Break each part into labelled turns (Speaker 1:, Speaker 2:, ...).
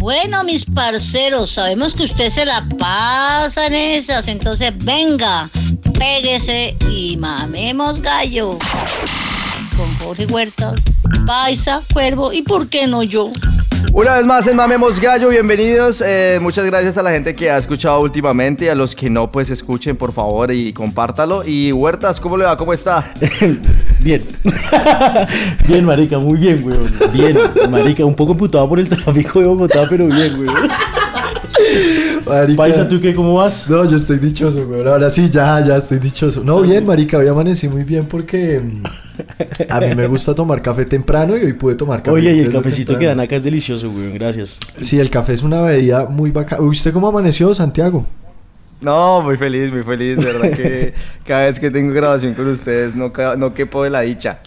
Speaker 1: Bueno, mis parceros, sabemos que usted se la pasa en esas, entonces venga, péguese y mamemos gallo. Con Jorge Huerta, Paisa, Cuervo y por qué no yo.
Speaker 2: Una vez más en Mamemos Gallo, bienvenidos. Eh, muchas gracias a la gente que ha escuchado últimamente y a los que no, pues escuchen por favor y compártalo. Y Huertas, ¿cómo le va? ¿Cómo está?
Speaker 3: Bien. bien, marica, muy bien, weón. Bien, marica, un poco emputado por el tráfico de Bogotá, pero bien, weón.
Speaker 4: Marica.
Speaker 3: Paisa, ¿tú qué? ¿Cómo vas?
Speaker 4: No, yo estoy dichoso, weón. Ahora sí, ya, ya estoy dichoso. No, bien, marica, hoy amanecí muy bien porque mm, a mí me gusta tomar café temprano y hoy pude tomar café.
Speaker 3: Oye, y el
Speaker 4: desde
Speaker 3: cafecito que dan
Speaker 4: temprano.
Speaker 3: acá es delicioso, weón. Gracias.
Speaker 4: Sí, el café es una bebida muy bacana. Uy, ¿Usted cómo amaneció, Santiago?
Speaker 2: No, muy feliz, muy feliz. De verdad que cada vez que tengo grabación con ustedes no, ca- no quepo de la dicha.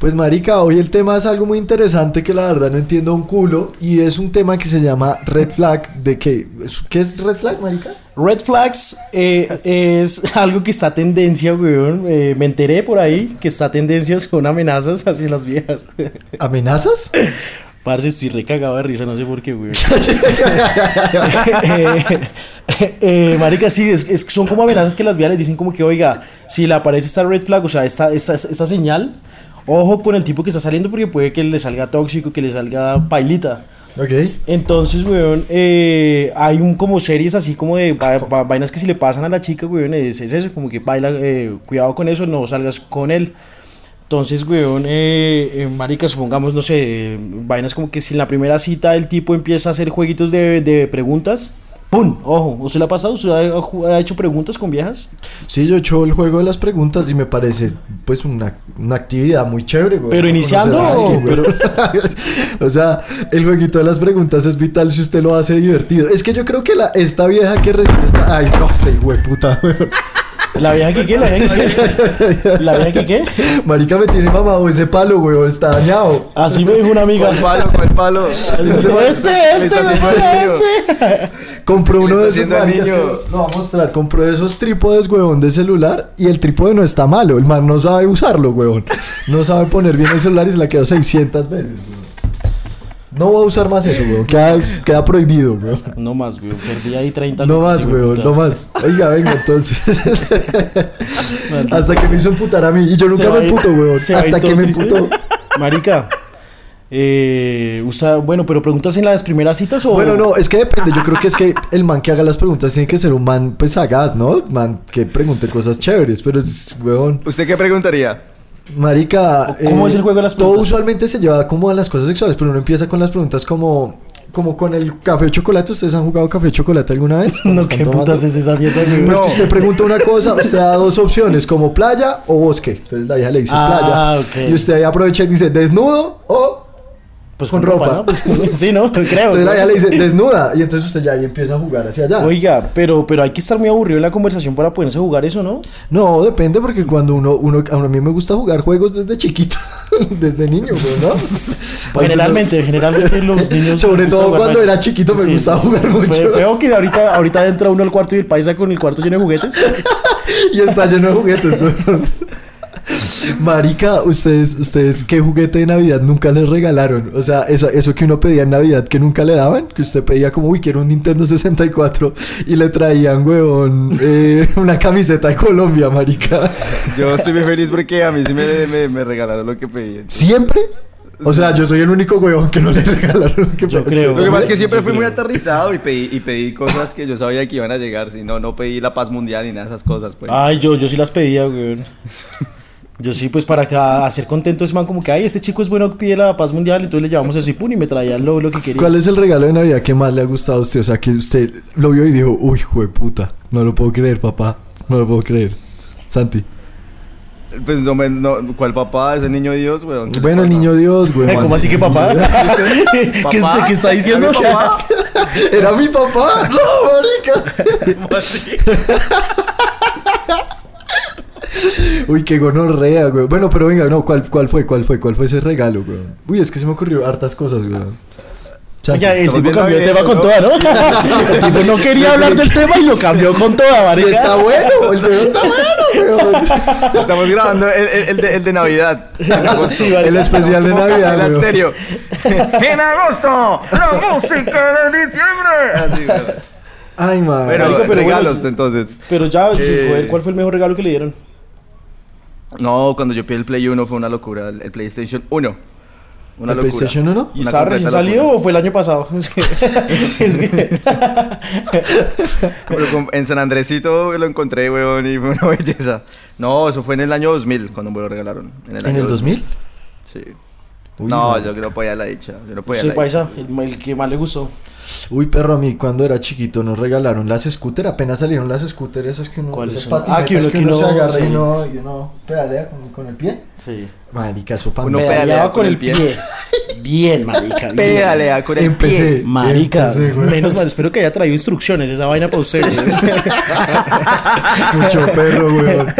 Speaker 4: Pues marica, hoy el tema es algo muy interesante que la verdad no entiendo un culo y es un tema que se llama red flag de que ¿qué es red flag, marica?
Speaker 3: Red flags eh, es algo que está a tendencia, weón. Eh, me enteré por ahí que está a tendencia son amenazas hacia las viejas.
Speaker 4: ¿Amenazas?
Speaker 3: Parce, estoy recagado de risa, no sé por qué, weón. Eh, eh, eh, marica, sí, es, es- son como amenazas que las viejas les dicen como que, oiga, si le aparece esta red flag, o sea, esta, esta, esta señal, ojo con el tipo que está saliendo porque puede que le salga tóxico, que le salga pailita.
Speaker 4: Ok.
Speaker 3: Entonces, weón, eh, hay un como series así como de va- va- vainas que si le pasan a la chica, weón, es, es eso, como que baila, eh, cuidado con eso, no salgas con él. Entonces, weón, eh, eh, marica, supongamos, no sé, eh, vainas como que si en la primera cita el tipo empieza a hacer jueguitos de, de preguntas, ¡pum! Ojo, ¿usted le ha pasado? ¿Usted ha, ha hecho preguntas con viejas?
Speaker 4: Sí, yo he hecho el juego de las preguntas y me parece pues una, una actividad muy chévere, güey.
Speaker 3: ¿Pero iniciando
Speaker 4: Conocer a
Speaker 3: o-
Speaker 4: alguien, güey. o sea, el jueguito de las preguntas es vital si usted lo hace divertido. Es que yo creo que la, esta vieja que recibe esta... Ay, no, este hijo de puta, güey.
Speaker 3: ¿La vieja que qué? ¿La vieja que qué? ¿La vieja que qué?
Speaker 4: Marica me tiene mamado ese palo, güey. Está dañado.
Speaker 3: Así me dijo una amiga.
Speaker 2: ¿Cuál palo? ¿Cuál palo?
Speaker 3: Este,
Speaker 2: Le
Speaker 3: este,
Speaker 2: está haciendo el niño.
Speaker 3: este.
Speaker 4: Compró
Speaker 2: ¿Qué le
Speaker 4: uno de
Speaker 2: está
Speaker 4: esos
Speaker 2: haciendo al
Speaker 4: maricas
Speaker 2: niño?
Speaker 4: que- No, va a mostrar. Compró de esos trípodes, huevón, de celular. Y el trípode no está malo. El man no sabe usarlo, huevón. No sabe poner bien el celular y se la quedó 600 veces, huevón. No voy a usar más eso, huevón. Queda, queda prohibido, huevón.
Speaker 3: No más, weón. Perdí ahí 30
Speaker 4: No
Speaker 3: lucas,
Speaker 4: más,
Speaker 3: hijo de
Speaker 4: huevón.
Speaker 3: puta.
Speaker 4: No más. Oiga, venga, entonces. Hasta que me hizo emputar a mí. Y yo
Speaker 3: Se
Speaker 4: nunca
Speaker 3: va
Speaker 4: me
Speaker 3: a ir-
Speaker 4: emputo, huevón.
Speaker 3: se va a ir
Speaker 4: Hasta
Speaker 3: todo
Speaker 4: que me
Speaker 3: triste.
Speaker 4: emputó.
Speaker 3: Marica. Eh, usa, bueno, pero preguntas en las primeras citas o.
Speaker 4: Bueno, no, es que depende. Yo creo que es que el man que haga las preguntas tiene que ser un man, pues, sagaz, ¿no? Man que pregunte cosas chéveres, pero es, huevón.
Speaker 2: ¿Usted qué preguntaría?
Speaker 4: Marica, eh,
Speaker 3: ¿Cómo es el juego de las
Speaker 4: Todo
Speaker 3: preguntas?
Speaker 4: usualmente se lleva como a las cosas sexuales, pero uno empieza con las preguntas como, como con el café o chocolate. ¿Ustedes han jugado café o chocolate alguna vez?
Speaker 3: No,
Speaker 4: ¿Están
Speaker 3: qué
Speaker 4: tomando?
Speaker 3: putas es esa mierda, güey?
Speaker 4: Pues
Speaker 2: No.
Speaker 4: que usted pregunta una cosa, usted da dos opciones, como playa o bosque. Entonces la vieja le dice
Speaker 3: Ah,
Speaker 4: playa.
Speaker 3: ok.
Speaker 4: Y usted ahí aprovecha y dice desnudo o.
Speaker 3: Pues
Speaker 4: con ropa.
Speaker 3: ¿no? Pues, sí, ¿no? Creo.
Speaker 4: Entonces
Speaker 3: ¿no?
Speaker 4: la vieja le dice desnuda. Y entonces usted ya ahí empieza a jugar hacia allá.
Speaker 3: Oiga, pero, pero hay que estar muy aburrido en la conversación para poderse jugar eso, ¿no?
Speaker 4: No, depende porque cuando uno, uno. A mí me gusta jugar juegos desde chiquito, desde niño, güey, ¿no? Pues,
Speaker 3: generalmente, generalmente los niños.
Speaker 4: Sobre
Speaker 3: les gusta
Speaker 4: todo
Speaker 3: jugar
Speaker 4: cuando
Speaker 3: mal.
Speaker 4: era chiquito me gustaba jugar mucho.
Speaker 3: Fue Feo que ahorita, ahorita entra uno al cuarto y el paisa con el cuarto lleno de juguetes.
Speaker 4: Y está lleno de juguetes, ¿no? Marica, ustedes, ustedes, ¿qué juguete de Navidad nunca les regalaron? O sea, esa- eso que uno pedía en Navidad que nunca le daban, que usted pedía como, uy, quiero un Nintendo 64 y le traían, huevón, eh, una camiseta de Colombia, marica.
Speaker 2: Yo estoy muy feliz porque a mí sí me, me- me regalaron lo que pedí. entonces.
Speaker 4: ¿Siempre? O sea, yo soy el único huevón que no le regalaron. lo que
Speaker 3: Yo
Speaker 4: pedí.
Speaker 3: creo.
Speaker 2: Lo que pasa es que siempre
Speaker 3: Yo
Speaker 2: fui muy
Speaker 3: creo.
Speaker 2: aterrizado y pedí, y pedí cosas que yo sabía que iban a llegar. Si no, no pedí la paz mundial ni nada de esas cosas. Pues.
Speaker 3: Ay, yo, yo sí las pedía, weón. Yo sí, pues para ca- hacer contento a ese man, como que, ay, este chico es bueno, pide la paz mundial, entonces le llevamos eso y pum, y me traía lo, lo que quería.
Speaker 4: ¿Cuál es el regalo de Navidad que más le ha gustado a usted? O sea, que usted lo vio y dijo, uy, jueputa, no lo puedo creer, papá, no lo puedo creer. Santi.
Speaker 2: Pues no, me- no, ¿cuál papá? ¿Ese niño Dios, weón? ¿Qué le
Speaker 4: Bueno, el
Speaker 2: pasa?
Speaker 4: niño Dios, güey.
Speaker 3: Eh, ¿Cómo así que papá? ¿Qué, qué-
Speaker 2: ¿Papá?
Speaker 3: qué está diciendo?
Speaker 2: ¿Era mi papá?
Speaker 4: Era mi papá. No, marica. Uy, qué gonorrea, güey. Bueno, pero venga, no, ¿cuál, cuál fue? ¿Cuál fue? ¿Cuál fue ese regalo, güey? Uy, es que se me ocurrió hartas cosas, güey. sea,
Speaker 3: Oiga, el
Speaker 2: estamos
Speaker 3: tipo
Speaker 2: viendo
Speaker 3: cambió de
Speaker 2: video,
Speaker 3: tema con
Speaker 2: ¿no?
Speaker 3: toda, ¿no? El tipo no quería hablar del tema y lo cambió con toda,
Speaker 4: y
Speaker 3: marica.
Speaker 4: está bueno, el video está bueno, weón.
Speaker 2: Estamos grabando el, el- el de, el de Navidad.
Speaker 3: Sí, marica.
Speaker 4: El especial de Navidad,
Speaker 2: El
Speaker 4: weón.
Speaker 2: estéreo. en agosto, la música de diciembre. Así, weón.
Speaker 4: Ay, madre.
Speaker 2: Pero,
Speaker 3: Marica, pero
Speaker 2: regalos,
Speaker 3: bueno,
Speaker 2: entonces.
Speaker 3: Pero ya, sí,
Speaker 2: Eh.
Speaker 3: joder, ¿cuál fue el mejor regalo que le dieron?
Speaker 2: No, cuando yo pillé el Play 1 fue una locura. El, el PlayStation 1. Una
Speaker 4: ¿El
Speaker 2: locura.
Speaker 4: PlayStation 1?
Speaker 3: ¿Y
Speaker 2: Una
Speaker 3: estaba recién
Speaker 2: completa
Speaker 3: salido
Speaker 2: locura.
Speaker 3: o fue el año pasado? Es que- es que-
Speaker 2: Pero con- en San Andresito lo encontré, weón, y fue una belleza. No, eso fue en el año 2000 cuando me lo regalaron. ¿En
Speaker 4: ¿En el 2000?
Speaker 2: Sí.
Speaker 4: Uy,
Speaker 2: no,
Speaker 4: no.
Speaker 2: yo no podía la dicha. Yo no podía
Speaker 3: Sí,
Speaker 2: la
Speaker 3: paisa,
Speaker 2: dicha.
Speaker 3: el, el que más le gustó.
Speaker 4: Uy, perro, a mí cuando era chiquito nos regalaron las scooters. Apenas salieron las scooters esas que uno...
Speaker 3: ¿Cuáles
Speaker 4: esas
Speaker 3: son? Ah,
Speaker 4: patinetas
Speaker 3: que uno- que
Speaker 4: uno se
Speaker 3: uno-
Speaker 4: agarra
Speaker 3: sí.
Speaker 4: y no, y uno pedalea con, con el pie.
Speaker 3: Sí.
Speaker 4: Marica, eso para
Speaker 2: Uno
Speaker 4: mí.
Speaker 2: pedalea
Speaker 3: Pedaleaba con el pie. Bien, marica. bien.
Speaker 2: Pédale a con el
Speaker 4: Empecé.
Speaker 2: pie.
Speaker 3: Marica,
Speaker 4: Empecé, güey.
Speaker 3: menos mal, espero que haya traído instrucciones esa vaina para usted. güey.
Speaker 4: Mucho perro, weón.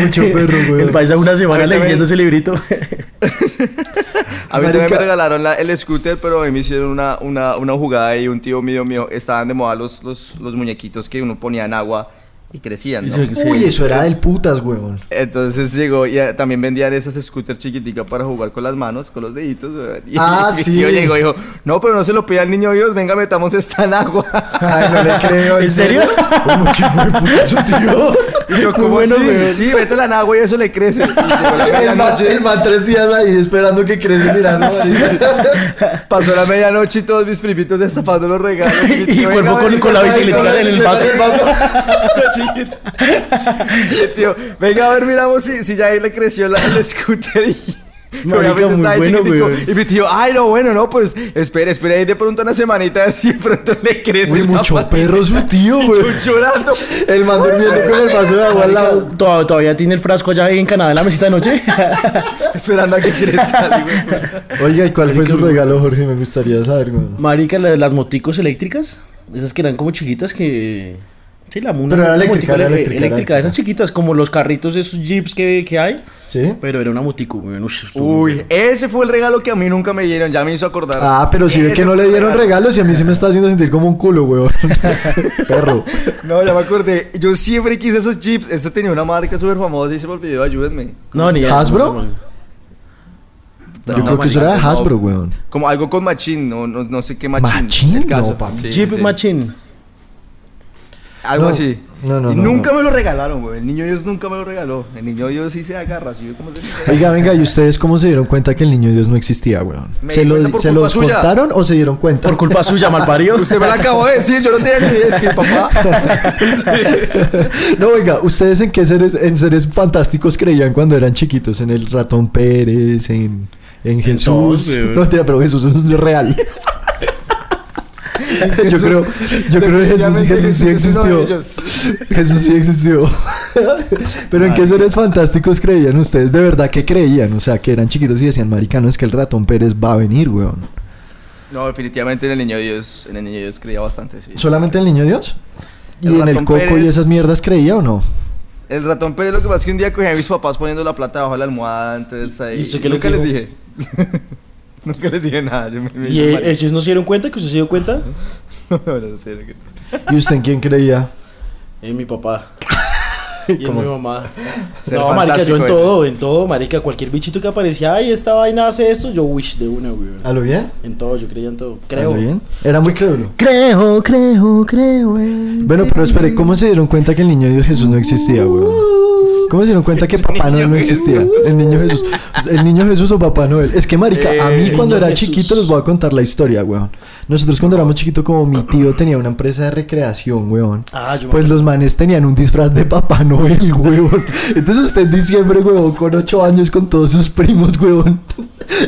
Speaker 4: Mucho perro,
Speaker 3: El
Speaker 4: weón.
Speaker 3: paisa una semana
Speaker 2: A mí también.
Speaker 3: leyendo ese librito.
Speaker 2: A mí también
Speaker 4: Marica.
Speaker 2: me regalaron la- el scooter, pero a mí me hicieron una, una, una jugada y un tío mío mío estaban de moda los, los, los muñequitos que uno ponía en agua y crecían. ¿no?
Speaker 3: Sí, sí.
Speaker 4: Uy, eso era del putas, weón.
Speaker 2: Entonces llegó y eh, también vendían esas scooters chiquiticas para jugar con las manos, con los deditos. weón. Y
Speaker 4: Ah,
Speaker 2: mi
Speaker 4: sí.
Speaker 2: tío llegó y dijo: No, pero no se lo pida al niño Dios, venga, metamos esta en agua.
Speaker 4: Ay, no le creo.
Speaker 3: ¿En serio?
Speaker 4: Uy, qué hijo de puta su tío.
Speaker 2: Y yo,
Speaker 4: Muy
Speaker 2: como
Speaker 4: bueno,
Speaker 2: sí,
Speaker 4: weón.
Speaker 2: sí, métela en agua y eso le crece. Y llegó la
Speaker 4: El man,
Speaker 2: medianoche.
Speaker 4: el man tres días ahí esperando que crece mirando. marica.
Speaker 2: Pasó la medianoche y todos mis primitos destapando los regalos.
Speaker 3: Y
Speaker 2: mi tío,
Speaker 3: cuerpo con- con la
Speaker 2: venga,
Speaker 3: bicicleta
Speaker 2: venga,
Speaker 3: en el
Speaker 2: venga,
Speaker 3: vaso.
Speaker 2: venga, Chiquito. Y el tío, venga a ver, miramos si, si ya ahí le creció la, el scooter. Y...
Speaker 3: Marica,
Speaker 2: obviamente
Speaker 3: muy
Speaker 2: estaba ahí
Speaker 3: bueno,
Speaker 2: chiquitico.
Speaker 3: weón.
Speaker 2: y mi tío, ay, no, bueno, no, pues espere, espere ahí de pronto una semanita, así de pronto le crece.
Speaker 4: Uy,
Speaker 2: el
Speaker 4: mucho
Speaker 2: zapato.
Speaker 4: perro su tío,
Speaker 2: Y yo
Speaker 4: weón.
Speaker 2: llorando.
Speaker 4: El man durmiendo con el vaso de agua al lado.
Speaker 3: Marica, ¿tod- ¿Todavía tiene el frasco allá ahí en Canadá en la mesita de noche?
Speaker 2: Esperando a que crezca. digo, pues.
Speaker 4: Oiga, ¿y cuál fue su regalo, Jorge? Me gustaría saber, weón.
Speaker 3: Marica, la- las moticos eléctricas, esas que eran como chiquitas que... Sí, la muna
Speaker 4: Pero era
Speaker 3: una
Speaker 4: eléctrica,
Speaker 3: motico
Speaker 4: era
Speaker 3: ele-
Speaker 4: eléctrica, era eléctrica.
Speaker 3: esas chiquitas como los carritos de esos jeeps que, que hay,
Speaker 4: ¿Sí?
Speaker 3: pero era una motico. weón, ush, estuvo muy
Speaker 2: Uy, ese fue el regalo que a mí nunca me dieron, ya me hizo acordar.
Speaker 4: Ah, pero si ve
Speaker 2: Ese
Speaker 4: que no
Speaker 2: fue
Speaker 4: le
Speaker 2: el
Speaker 4: dieron
Speaker 2: regalo.
Speaker 4: regalos y a mí se me está haciendo sentir como un culo, weón. Perro.
Speaker 2: No, ya me acordé. Yo siempre quise esos chips. Esto tenía una marca súper famosa y se me olvidó, ayúdenme.
Speaker 3: No, ni idea.
Speaker 4: ¿Hasbro?
Speaker 3: No, no,
Speaker 4: Yo
Speaker 2: No,
Speaker 4: creo que eso era de
Speaker 2: marica, pues no.
Speaker 4: Hasbro, weón.
Speaker 2: Como algo con machín, no, no, no sé qué machín.
Speaker 4: ¿Machín?
Speaker 2: El caso.
Speaker 4: No, papi.
Speaker 2: Sí,
Speaker 3: Jeep
Speaker 2: sí.
Speaker 3: Machine.
Speaker 2: Algo
Speaker 4: No,
Speaker 2: así.
Speaker 4: no, no,
Speaker 2: Y
Speaker 4: no,
Speaker 2: nunca
Speaker 4: no.
Speaker 2: me lo regalaron, güey. El niño Dios nunca me lo regaló. El niño Dios sí se agarra. ¿sí? ¿Cómo se
Speaker 4: Oiga, venga, ¿y ustedes cómo se dieron cuenta que el niño Dios no existía, weón?
Speaker 2: Me
Speaker 4: ¿Se,
Speaker 2: di
Speaker 4: lo-
Speaker 2: cuenta por
Speaker 4: se
Speaker 2: culpa
Speaker 4: los
Speaker 2: suya.
Speaker 4: contaron o se dieron cuenta?
Speaker 3: Por culpa suya, malparido.
Speaker 2: Usted me lo acabó de decir, yo no tenía ni idea, es que papá.
Speaker 4: No, venga, ¿ustedes en qué seres, en seres fantásticos creían cuando eran chiquitos? ¿En el ratón Pérez? ¿En, en Jesús?
Speaker 3: todos, weón.
Speaker 4: no, mentira, pero Jesús es real. yo
Speaker 2: Jesús.
Speaker 4: creo, yo creo que Jesús,
Speaker 2: Definitivamente
Speaker 4: Jesús sí
Speaker 2: Jesús es uno de
Speaker 4: existió.
Speaker 2: ellos.
Speaker 4: Jesús sí existió. Pero ¿en qué seres fantásticos creían ustedes? ¿De verdad que creían? O sea, que eran chiquitos y decían, maricano, es que el ratón Pérez va a venir, weón.
Speaker 2: No, definitivamente en el niño Dios, en el niño Dios creía bastante, sí.
Speaker 4: ¿Solamente el niño Dios? ¿Y
Speaker 2: El
Speaker 4: en el
Speaker 2: ratón
Speaker 4: coco y
Speaker 2: Pérez.
Speaker 4: esas mierdas creía o no?
Speaker 2: El ratón Pérez lo que pasa es que un día cogí a mis papás poniendo la plata bajo la almohada, entonces ahí...
Speaker 3: ¿Y usted qué les
Speaker 2: Nunca les
Speaker 3: dijo?
Speaker 2: dije. Nunca les dije nada. Yo me, me
Speaker 3: ¿Y
Speaker 2: hice
Speaker 3: eh,
Speaker 2: mal.
Speaker 3: ellos no se dieron cuenta? ¿Que usted se dio cuenta?
Speaker 2: No, no, no sé lo que-
Speaker 4: ¿Y usted en quién creía?
Speaker 3: En Eh, mi papá. Y en mi mamá.
Speaker 2: Ser
Speaker 3: No, marica, yo en
Speaker 2: fantástico
Speaker 3: todo, en todo, marica. Cualquier bichito que aparecía, ay, esta vaina hace esto, yo wish de una, güey.
Speaker 4: ¿A lo bien?
Speaker 3: En todo, yo creía en todo.
Speaker 4: ¿A lo
Speaker 3: Creo.
Speaker 4: bien? Era muy crédulo.
Speaker 3: Creo, creo, creo.
Speaker 4: Bueno, pero espere, ¿cómo se dieron cuenta que el niño Dios Jesús no existía, weón? ¿Cómo se dieron cuenta que Papá Noel no existía? El niño Jesús. El niño Jesús o Papá Noel. Es que, marica, a mí
Speaker 2: Eh,
Speaker 4: cuando
Speaker 3: niño
Speaker 4: era
Speaker 3: Jesús.
Speaker 4: chiquito les voy a contar la historia, weón. Nosotros cuando éramos chiquitos, como mi tío tenía una empresa de recreación, weón.
Speaker 3: Ah, yo me
Speaker 4: Pues los manes tenían un disfraz de Papá Noel, weón. Entonces usted en diciembre, weón, con ocho años, con todos sus primos, weón.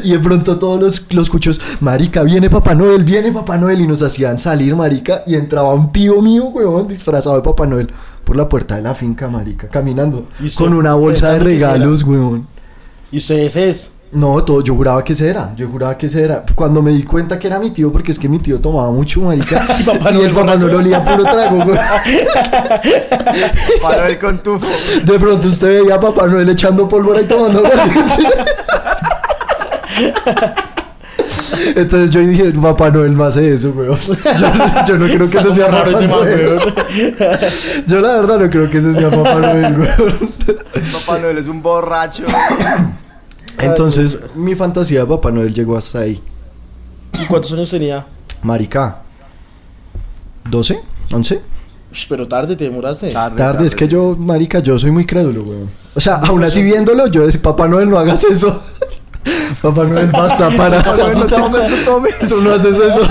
Speaker 4: Y de pronto todos los, los cuchos, marica, viene Papá Noel, viene Papá Noel. Y nos hacían salir, marica. Y entraba un tío mío, weón, disfrazado de Papá Noel. Por la puerta de la finca, marica, caminando.
Speaker 3: ¿Y usted
Speaker 4: Con una bolsa de
Speaker 3: pensando que sí era?
Speaker 4: regalos, weón.
Speaker 3: Y usted ese es.
Speaker 4: No, todo, yo juraba que ese era, yo juraba que ese era. Cuando me di cuenta que era mi tío, porque es que mi tío tomaba mucho, marica.
Speaker 3: Y Papá
Speaker 4: y
Speaker 3: Noel
Speaker 4: el papá
Speaker 3: borracho.
Speaker 4: no lo olía puro trago, güey.
Speaker 2: es. Para el contufo.
Speaker 4: De pronto usted veía a Papá Noel echando pólvora y tomando aguardiente. Entonces yo dije, Papá Noel no hace eso, weón. Yo, yo no creo que eso sea
Speaker 3: Raro
Speaker 4: Papá
Speaker 3: ese man,
Speaker 4: Noel.
Speaker 3: weón.
Speaker 4: Yo la verdad no creo que eso sea Papá Noel, weón.
Speaker 2: Papá Noel es un borracho.
Speaker 4: Entonces, mi fantasía de Papá Noel llegó hasta ahí.
Speaker 3: ¿Y cuántos años tenía?
Speaker 4: Marica. ¿12? ¿11?
Speaker 3: Ush, Pero tarde, te demoraste.
Speaker 2: Tarde,
Speaker 4: Tarde, es que yo, marica, yo soy muy crédulo, weón. O sea, aún así viéndolo, yo decía, Papá Noel, no hagas eso. Papá Noel, basta, para.
Speaker 2: Papá Noel, no
Speaker 4: Basta.
Speaker 2: tomes, no tomes.
Speaker 4: Tú no haces eso.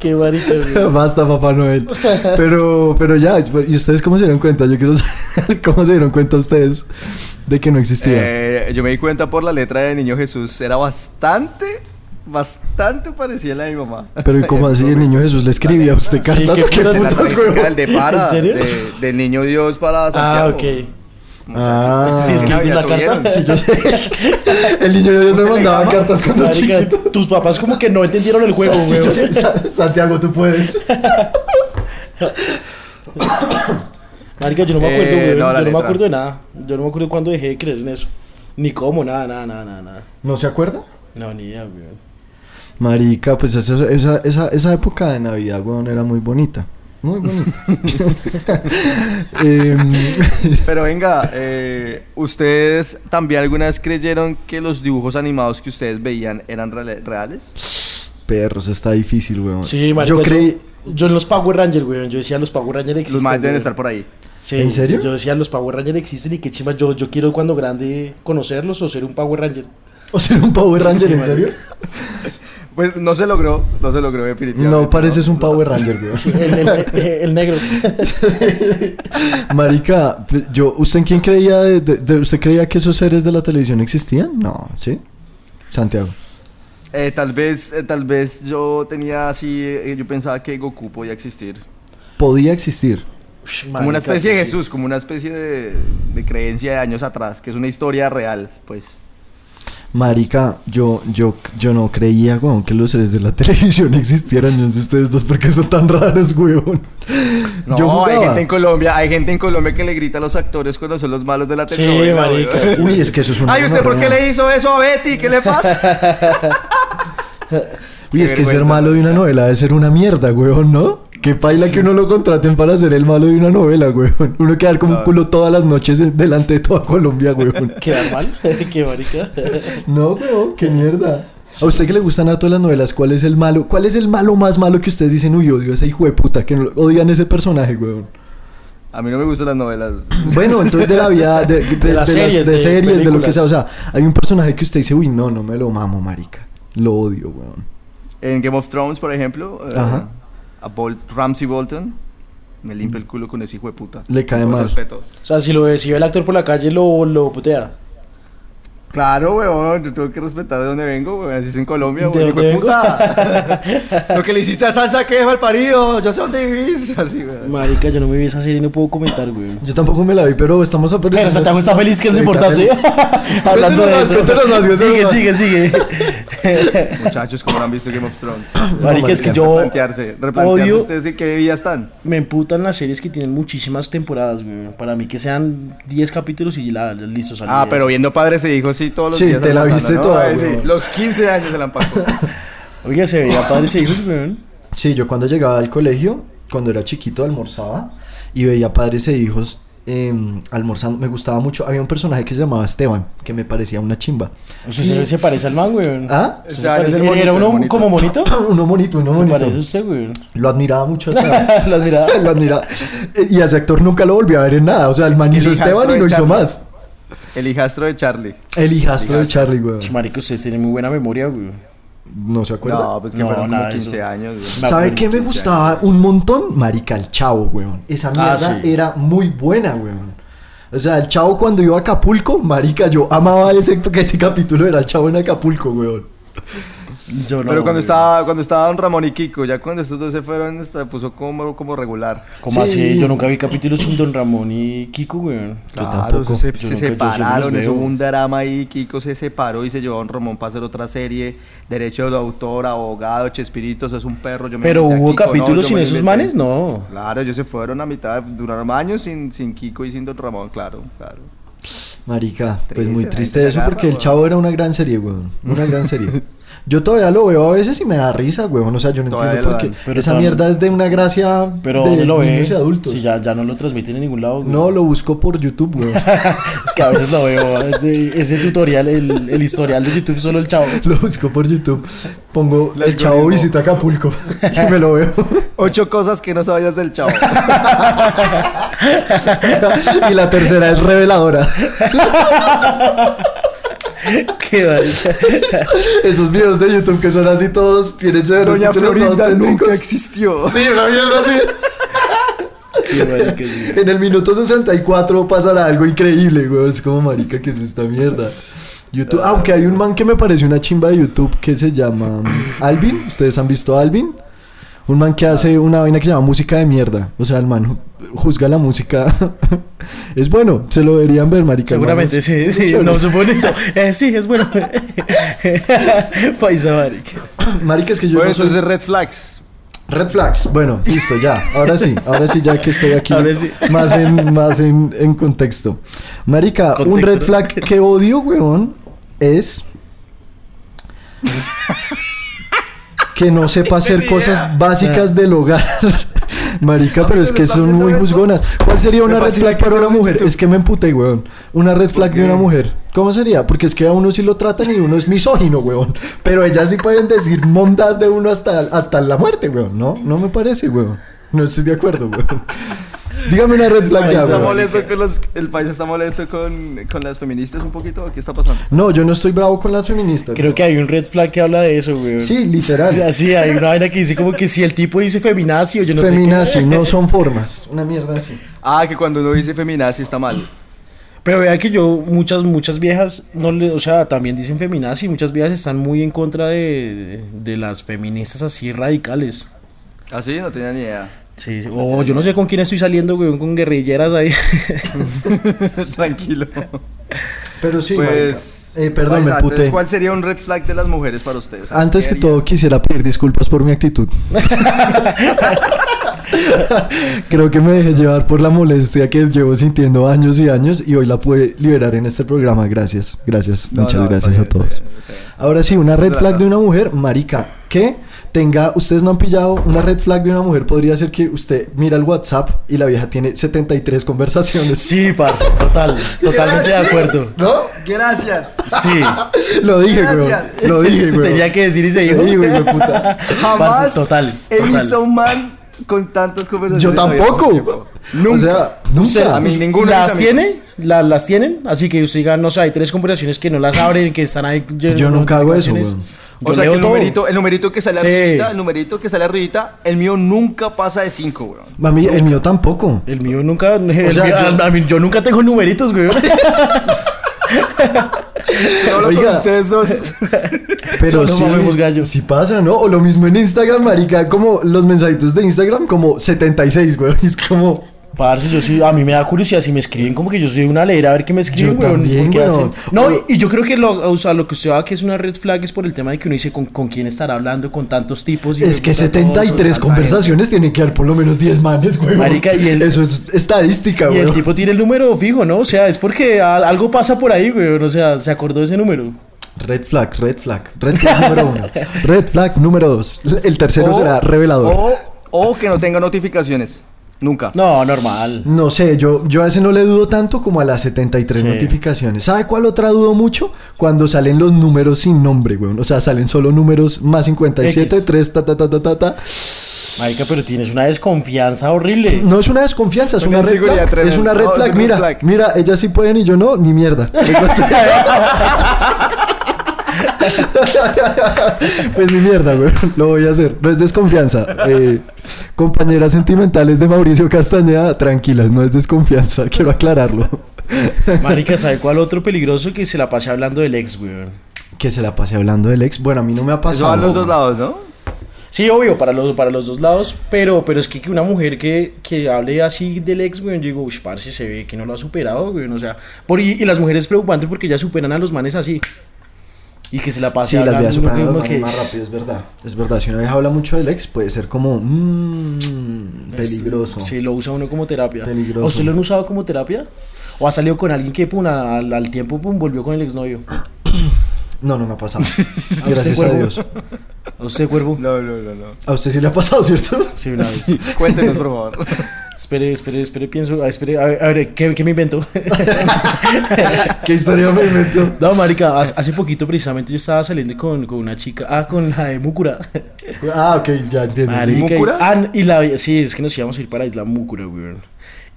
Speaker 3: Qué marica, güey.
Speaker 4: Basta, Papá Noel. Pero, pero ya, ¿y ustedes cómo se dieron cuenta? Yo quiero saber cómo se dieron cuenta ustedes de que no existía.
Speaker 2: Eh, yo me di cuenta por la letra de Niño Jesús. Era bastante, bastante parecida a la de mi mamá.
Speaker 4: pero ¿y cómo así el niño Jesús le escribía a usted
Speaker 3: Sí,
Speaker 4: cartas?
Speaker 3: qué
Speaker 4: o ¿Qué
Speaker 3: putas-
Speaker 2: La
Speaker 4: putas,
Speaker 2: trágica
Speaker 4: weón?
Speaker 2: del de para,
Speaker 3: ¿En serio?
Speaker 2: de- del niño Dios para
Speaker 3: Ah,
Speaker 2: Santiago.
Speaker 3: ok.
Speaker 4: Ah,
Speaker 3: Sí, es que
Speaker 2: Ah,
Speaker 3: vi
Speaker 2: ya
Speaker 3: la
Speaker 2: tuvieron.
Speaker 3: carta.
Speaker 2: Sí,
Speaker 4: yo sé. El niño Dios me mandaba cartas cuando
Speaker 3: Marica,
Speaker 4: chiquito.
Speaker 3: tus papás como que no entendieron el juego,
Speaker 4: Sí,
Speaker 3: güey.
Speaker 4: yo sé. Sa- Santiago, tú puedes.
Speaker 3: Marica, yo no me
Speaker 2: Eh,
Speaker 3: acuerdo, güey.
Speaker 2: no, la
Speaker 3: yo no me
Speaker 2: letra.
Speaker 3: acuerdo de nada. Yo no me acuerdo cuándo dejé de creer en eso. Ni cómo, nada, nada, nada, nada, nada.
Speaker 4: ¿No se acuerda?
Speaker 3: No, ni idea, güey.
Speaker 4: Marica, pues esa, esa, esa, esa época de Navidad, weón, era muy bonita. Muy bonita. Em,
Speaker 2: Pero venga, eh, ¿ustedes también alguna vez creyeron que los dibujos animados que ustedes veían eran reale- reales?
Speaker 4: perros, está difícil, weón.
Speaker 3: Sí, marica.
Speaker 4: Yo creí...
Speaker 3: Yo, yo en los Power Rangers, güey. Yo decía, los Power Rangers existen.
Speaker 2: Los más deben
Speaker 3: güey.
Speaker 2: estar por ahí.
Speaker 3: Sí,
Speaker 4: ¿En serio?
Speaker 3: Yo decía, los Power Rangers existen y qué chimba. Yo, yo quiero cuando grande conocerlos o ser un Power Ranger.
Speaker 4: ¿O sea, un Power Ranger,
Speaker 3: Sí,
Speaker 4: en serio?
Speaker 2: Pues no se logró, no se logró definitivamente.
Speaker 4: No, pareces un Power Ranger, weón.
Speaker 3: El, el- el- el negro.
Speaker 4: Marica, pe- yo, ¿usted en quién creía? de- de- de- ¿Usted creía que esos seres de la televisión existían? No, ¿sí? Santiago.
Speaker 2: Eh, tal vez, eh, tal vez yo tenía así, eh, yo pensaba que Goku podía existir.
Speaker 4: Podía existir.
Speaker 3: Ush,
Speaker 2: Como una
Speaker 3: marica,
Speaker 2: especie de
Speaker 3: sí.
Speaker 2: Jesús, como una especie de, de creencia de años atrás, que es una historia real, pues.
Speaker 4: Marica, yo, yo, yo no creía, weón, que los seres de la televisión existieran. Yo no sé ustedes dos porque son tan raros, weón.
Speaker 2: No,
Speaker 4: Yo
Speaker 2: hay
Speaker 4: jugaba.
Speaker 2: gente en Colombia, hay gente en Colombia que le grita a los actores cuando son los malos de la
Speaker 3: Sí,
Speaker 2: telenovela.
Speaker 3: marica,
Speaker 2: weón.
Speaker 3: sí.
Speaker 4: Uy, es que eso es una.
Speaker 2: Ay, ¿usted por qué
Speaker 4: gonorrea.
Speaker 2: le hizo eso a Betty? ¿Qué le pasa?
Speaker 4: Uy, es que ser
Speaker 2: vergüenza.
Speaker 4: malo de una novela debe ser una mierda, weón, ¿no? Que paila que uno lo contraten para ser el malo de una novela, weón. Uno quedar como un culo todas las noches eh, delante de toda Colombia, weón.
Speaker 3: Quedar mal. qué marica.
Speaker 4: No, weón, qué mierda. A usted que le gustan harto las novelas, ¿cuál es el malo? ¿Cuál es el malo más malo que ustedes dicen, uy, odio a ese hijo de puta, que no lo- odian ese personaje, weón?
Speaker 2: A mí no me gustan las novelas.
Speaker 4: Bueno, entonces de la vida, de, de- de las series, de, series de lo que
Speaker 3: películas.
Speaker 4: sea. O sea, hay un personaje que usted dice, uy, no, no me lo mamo, marica. Lo odio, weón.
Speaker 2: En Game of Thrones, por ejemplo, eh,
Speaker 4: Ajá.
Speaker 2: a Bol- Ramsey Bolton me limpia el culo con ese hijo de puta.
Speaker 4: Le cae
Speaker 2: Con
Speaker 4: mal.
Speaker 2: respeto.
Speaker 3: O sea, si lo ve, si ve el actor por la calle, lo, lo putea.
Speaker 2: Claro, weón, yo tengo que respetar de dónde vengo, weón. Así es en Colombia,
Speaker 3: ¿De
Speaker 2: weón. hijo de
Speaker 3: dónde vengo?
Speaker 2: puta. Lo que le hiciste a Salsa que es mal parido. Yo sé dónde vivís. Así, weón.
Speaker 3: Marica, yo no me vi esa serie y no puedo comentar, güey.
Speaker 4: Yo tampoco me la vi, pero estamos
Speaker 3: Pero Santiago está feliz, que es lo importante. Hablando de
Speaker 4: Cuéntanos más,
Speaker 3: eso.
Speaker 4: cuéntanos más,
Speaker 3: Sigue,
Speaker 4: cuéntanos
Speaker 3: sigue, sigue.
Speaker 2: Muchachos, como han visto Game of Thrones.
Speaker 3: Marica, es que yo
Speaker 2: replantearse, replantearse
Speaker 3: odio...
Speaker 2: ustedes de qué vida están.
Speaker 3: Me emputan las series que tienen muchísimas temporadas, güey. Para mí que sean 10 capítulos y la, listo, salí
Speaker 2: Ah,
Speaker 3: de
Speaker 2: pero
Speaker 3: eso.
Speaker 2: viendo padres e hijos, sí, todos los
Speaker 4: Sí,
Speaker 2: días.
Speaker 4: te la
Speaker 2: pasando,
Speaker 4: viste toda,
Speaker 2: Ay, sí,
Speaker 4: weón.
Speaker 2: Los 15 años se la empacó.
Speaker 3: Oiga, se veía padres e hijos, güey.
Speaker 4: Sí, yo cuando llegaba al colegio, cuando era chiquito, almorzaba y veía padres e hijos eh, almorzando. Me gustaba mucho. Había un personaje que se llamaba Esteban, que me parecía una chimba.
Speaker 3: Usted se, se parece al man, güey.
Speaker 4: ¿Ah?
Speaker 2: O
Speaker 3: ¿Se
Speaker 2: sea,
Speaker 3: parece-
Speaker 2: eres el bonito,
Speaker 3: ¿Era
Speaker 2: el
Speaker 3: uno
Speaker 2: bonito.
Speaker 3: como bonito?
Speaker 4: Uno bonito, uno
Speaker 3: se
Speaker 4: bonito.
Speaker 3: parece a usted, güey.
Speaker 4: Lo admiraba mucho a Esteban.
Speaker 3: las miradas.
Speaker 4: lo admiraba. Y a ese actor nunca lo volví a ver en nada. O sea, el man
Speaker 2: El
Speaker 4: hizo
Speaker 2: hijastro
Speaker 4: Esteban y
Speaker 2: de
Speaker 4: no hizo
Speaker 2: Charlie.
Speaker 4: más.
Speaker 2: El hijastro de Charlie.
Speaker 4: El hijastro de Charlie, weón.
Speaker 3: Marica, ustedes tienen muy buena memoria, güey.
Speaker 4: No se acuerda.
Speaker 2: No, pues que
Speaker 3: No,
Speaker 2: fueron
Speaker 3: nada
Speaker 2: como
Speaker 3: de
Speaker 2: 15
Speaker 3: eso.
Speaker 2: años. weón.
Speaker 3: Me
Speaker 4: ¿Sabe
Speaker 3: acuerdo,
Speaker 4: qué me gustaba un montón? Marica, el chavo, weón. Esa mierda
Speaker 3: Ah, sí.
Speaker 4: era muy buena, weón. O sea, el chavo cuando iba a Acapulco, marica, yo amaba ese, ese capítulo, era el chavo en Acapulco, weón.
Speaker 3: Yo no,
Speaker 2: Pero cuando
Speaker 3: güey.
Speaker 2: estaba, cuando estaba Don Ramón y Kiko, ya cuando estos dos se fueron, se puso como, como regular.
Speaker 3: ¿Cómo
Speaker 4: Sí.
Speaker 3: así? Yo nunca vi capítulos sin Don Ramón y Kiko, güey.
Speaker 4: Yo tampoco.
Speaker 2: Se, se
Speaker 3: Yo nunca- yo sí
Speaker 2: separaron,
Speaker 3: los
Speaker 2: eso
Speaker 3: veo.
Speaker 2: hubo un drama ahí, Kiko se separó y se llevó a Don Ramón para hacer otra serie, derecho de autor, abogado, Chespirito, eso es un perro, yo me
Speaker 3: Pero
Speaker 2: inventé a
Speaker 3: hubo
Speaker 2: Kiko, no,
Speaker 3: capítulos
Speaker 2: yo
Speaker 3: sin
Speaker 2: me lo
Speaker 3: esos
Speaker 2: inventé.
Speaker 3: manes, no.
Speaker 2: Claro, ellos se fueron a mitad, duraron años sin, sin Kiko y sin Don Ramón, claro, claro.
Speaker 4: Marica, pues
Speaker 2: Triste,
Speaker 4: muy
Speaker 2: la
Speaker 4: triste
Speaker 2: gente
Speaker 4: eso
Speaker 2: agarra,
Speaker 4: porque el
Speaker 2: weón.
Speaker 4: chavo era una gran serie, weón. Una gran serie. Yo todavía lo veo a veces y me da risa, weón. O sea, yo no
Speaker 2: Todavía
Speaker 4: entiendo
Speaker 2: lo
Speaker 4: por qué.
Speaker 2: dan.
Speaker 3: Pero
Speaker 4: Esa
Speaker 3: todavía-
Speaker 4: mierda es de una gracia
Speaker 3: Pero
Speaker 4: de
Speaker 3: ¿dónde lo ve?
Speaker 4: niños y adultos.
Speaker 3: Si ya, ya no lo transmiten en ningún lado. güey.
Speaker 4: No, lo busco por YouTube, weón.
Speaker 3: Es que a veces lo veo. es de- ese tutorial, el, el historial de YouTube, solo el chavo.
Speaker 4: lo busco por YouTube. Pongo
Speaker 2: El
Speaker 4: el, chavo
Speaker 2: algoritmo.
Speaker 4: visita Acapulco y me lo veo.
Speaker 2: Ocho cosas que no sabías del chavo.
Speaker 4: y la tercera es reveladora.
Speaker 3: Qué marica.
Speaker 4: Esos videos de YouTube que son así todos, tienen severos
Speaker 2: Doña
Speaker 4: títulos todos
Speaker 2: Florinda nunca
Speaker 4: tétricos.
Speaker 2: existió.
Speaker 4: Sí, una mierda así.
Speaker 3: Qué marica, sí.
Speaker 4: En el minuto 64 pasará algo increíble, güey. Es como, marica, ¿qué es esta mierda? YouTube. Aunque hay un man que me parece una chimba de YouTube que se llama mm, Alvin. ¿Ustedes han visto a Alvin? Un man que hace una vaina que se llama música de mierda. O sea, el man ju- juzga la música. es bueno, se lo deberían ver, marica.
Speaker 3: Seguramente,
Speaker 4: hermanos.
Speaker 3: sí, sí, no, es bonito. Eh, sí, es bueno. Paisa, marica.
Speaker 4: Marica, es que yo
Speaker 2: Bueno,
Speaker 4: no soy-
Speaker 2: entonces red flags.
Speaker 4: Red flags. Bueno, listo, ya. Ahora sí, ahora sí, ya que estoy aquí
Speaker 3: Ahora sí.
Speaker 4: más, en, más en, en contexto. Marica, un
Speaker 3: Contexto.
Speaker 4: red flag que odio, weón, es que no sepa hacer cosas básicas del hogar. Marica, pero es que son muy juzgonas. ¿Cuál sería una
Speaker 2: Me
Speaker 4: red
Speaker 2: fascina
Speaker 4: flag
Speaker 2: que
Speaker 4: para una
Speaker 2: estemos en
Speaker 4: mujer?
Speaker 2: YouTube.
Speaker 4: Es que me emputé, weón. Una red flag de una mujer. ¿Cómo sería? Porque es que a uno sí lo tratan y uno es misógino, weón. Pero ellas sí pueden decir mondas de uno hasta, hasta la muerte, weón. No, no me parece, weón. No estoy de acuerdo, weón. Dígame una red flag ya,
Speaker 2: Está
Speaker 4: weón.
Speaker 2: molesto con los, el país está molesto con, con las feministas un poquito. ¿o ¿Qué está pasando?
Speaker 4: No, yo no estoy bravo con las feministas.
Speaker 3: Creo que hay un red flag que habla de eso, güey.
Speaker 4: Sí, literal.
Speaker 3: Así, hay una vaina que dice como que si el tipo dice feminazi o yo no sé
Speaker 4: Feminazi, no son formas. Una mierda así.
Speaker 2: Ah, que cuando uno dice feminazi está mal.
Speaker 3: qué. Pero vea que yo, muchas, muchas viejas, no le, o sea, también dicen feminazi, muchas viejas están muy en contra de, de las feministas así radicales.
Speaker 2: Así ¿Ah, no tenía ni idea.
Speaker 3: Sí, sí. o yo no sé con quién estoy saliendo, güey, con guerrilleras ahí.
Speaker 2: Tranquilo.
Speaker 4: Pero sí,
Speaker 2: Pues.
Speaker 4: marica. Eh, perdón,
Speaker 2: paisa,
Speaker 4: me
Speaker 2: entonces,
Speaker 4: puté.
Speaker 2: ¿Cuál sería un red flag de las mujeres para ustedes?
Speaker 4: Antes
Speaker 2: pues, ¿Qué
Speaker 4: que
Speaker 2: harían?
Speaker 4: todo quisiera pedir disculpas por mi actitud. Creo que me dejé llevar por la molestia que llevo sintiendo años y años y hoy la pude liberar en este programa. Gracias, gracias,
Speaker 2: No,
Speaker 4: muchas
Speaker 2: no, está
Speaker 4: gracias
Speaker 2: bien,
Speaker 4: a todos.
Speaker 2: está bien, está bien.
Speaker 4: Ahora sí, una red
Speaker 2: Claro.
Speaker 4: flag de una mujer, marica, que tenga, ustedes no han pillado, una red flag de una mujer podría ser que usted mira el WhatsApp y la vieja tiene 73 conversaciones.
Speaker 3: Sí, parce, total, totalmente de acuerdo.
Speaker 4: ¿No?
Speaker 2: Gracias.
Speaker 3: Sí,
Speaker 4: Lo dije, güey.
Speaker 2: Gracias.
Speaker 4: Lo dije,
Speaker 3: Se
Speaker 4: güey.
Speaker 3: tenía que decir y se
Speaker 4: Sí,
Speaker 3: dijo.
Speaker 4: güey, güey, puta.
Speaker 2: Jamás
Speaker 3: total,
Speaker 2: he
Speaker 3: total.
Speaker 2: visto un man con tantas conversaciones.
Speaker 4: Yo
Speaker 2: abiertas.
Speaker 4: tampoco.
Speaker 2: Nunca.
Speaker 4: O sea, nunca. Pues,
Speaker 2: A mí ninguno de mis
Speaker 3: Pues, ¿Las
Speaker 2: amigos.
Speaker 3: tiene? La- ¿Las tienen? Así que usted diga, no sé, hay tres conversaciones que no las abren, que están ahí.
Speaker 4: Yo nunca hago eso,
Speaker 3: notificaciones.
Speaker 4: weón.
Speaker 2: O sea,
Speaker 3: Yo
Speaker 2: que
Speaker 3: leo
Speaker 2: el
Speaker 3: todo.
Speaker 2: numerito, el numerito que sale
Speaker 3: Sí.
Speaker 2: arribita, el numerito que sale arribita, el mío nunca pasa de 5, weón.
Speaker 4: Mami, el mío tampoco.
Speaker 3: El mío nunca. el
Speaker 4: sea,
Speaker 3: mío-
Speaker 4: yo-
Speaker 3: a mí- yo nunca tengo numeritos, güey.
Speaker 2: Hablo
Speaker 4: Oiga.
Speaker 2: con ustedes dos.
Speaker 4: Pero
Speaker 3: Solo
Speaker 4: sí,
Speaker 3: mamemos gallo.
Speaker 4: sí pasa, ¿no? O lo mismo en Instagram, marica, como los mensajitos de Instagram, como 76, güey. Es como,
Speaker 3: Parce, yo sí, a mí me da curiosidad si me escriben como que yo soy una leer a ver qué me escriben,
Speaker 4: Yo
Speaker 3: weón,
Speaker 4: también,
Speaker 3: porque hacen-
Speaker 4: weón.
Speaker 3: No,
Speaker 4: Pero-
Speaker 3: y yo creo que lo, o sea, lo que usted va que es una red flag es por el tema de que uno dice con, con quién estará hablando, con tantos tipos. Y
Speaker 4: es que 73 conversaciones tienen que dar por lo menos 10 manes, güey.
Speaker 3: Marica, y el-
Speaker 4: Eso es estadística,
Speaker 3: Y
Speaker 4: güey.
Speaker 3: el tipo tiene el número fijo, ¿no? O sea, es porque a- algo pasa por ahí, güey. O sea, se acordó de ese número.
Speaker 4: Red flag, red flag. Red flag número uno. Red flag número dos. El tercero
Speaker 2: O-
Speaker 4: será revelador.
Speaker 2: O, o que no tenga notificaciones. Nunca.
Speaker 3: No, normal.
Speaker 4: No sé, yo, yo a ese no le dudo tanto como a las 73
Speaker 3: Sí.
Speaker 4: notificaciones. ¿Sabe cuál otra dudo mucho? Cuando salen los números sin nombre, güey. O sea, salen solo números más 57,
Speaker 3: X.
Speaker 4: 3, ta, ta, ta, ta, ta, ta.
Speaker 3: Marica, pero tienes una desconfianza horrible.
Speaker 4: No es una desconfianza, es
Speaker 2: Una
Speaker 4: una, red
Speaker 2: inseguridad
Speaker 4: flag.
Speaker 2: tremenda.
Speaker 4: Es una red
Speaker 2: No, es
Speaker 4: flag.
Speaker 2: una red
Speaker 4: Mira,
Speaker 2: flag.
Speaker 4: mira, ellas sí pueden y yo no, ni mierda. pues ni mierda, güey. Lo voy a hacer. No es desconfianza. Eh, compañeras sentimentales de Mauricio Castañeda, tranquilas, no es desconfianza. Quiero aclararlo.
Speaker 3: Marica, ¿sabe cuál otro peligroso que se la pase hablando del ex, güey?
Speaker 4: que se la pase hablando del ex. Bueno, a mí no me ha
Speaker 2: Eso
Speaker 4: pasado.
Speaker 2: va a los dos lados, ¿no?
Speaker 3: Sí, obvio, para los, para los dos lados, pero, pero es que, que una mujer que, que hable así del ex, güey, yo digo, uy, parce, se ve que no lo ha superado, güey, o sea, por, y, y las mujeres es preocupante porque ya superan a los manes así, y que se la pase
Speaker 4: Sí, las
Speaker 3: hablando
Speaker 4: vías superan
Speaker 3: uno
Speaker 4: los
Speaker 3: que-
Speaker 4: manes más rápido, es verdad. Es verdad, si una vieja habla mucho del ex, puede ser como mmm,
Speaker 3: es-
Speaker 4: peligroso.
Speaker 3: Sí, este lo usa uno como terapia.
Speaker 4: Peligroso.
Speaker 3: ¿O se lo han usado como terapia? ¿O ha salido con alguien que, pum, al, al tiempo, pum, volvió con el exnovio?
Speaker 4: No, no me ha pasado.
Speaker 3: ¿A usted,
Speaker 4: Gracias a
Speaker 3: cuervo?
Speaker 4: Dios.
Speaker 3: ¿A usted, cuervo?
Speaker 2: No, no, no, no.
Speaker 4: A usted sí le ha pasado, ¿cierto?
Speaker 3: Sí, una vez.
Speaker 2: Cuéntenos, por favor.
Speaker 3: Espere, espere, espere, pienso. ah, espere, a ver, a ver, ¿qué, qué me invento?
Speaker 4: ¿Qué historia me inventó?
Speaker 3: no, marica, hace hace poquito precisamente yo estaba saliendo con, con una chica. Ah, con la de Múcura.
Speaker 4: Ah, ok, ya entiendo.
Speaker 3: Marica, y-
Speaker 2: ¿Múcura?
Speaker 3: ah, n- y la vie- sí, es que nos íbamos a ir para Isla Múcura, weón.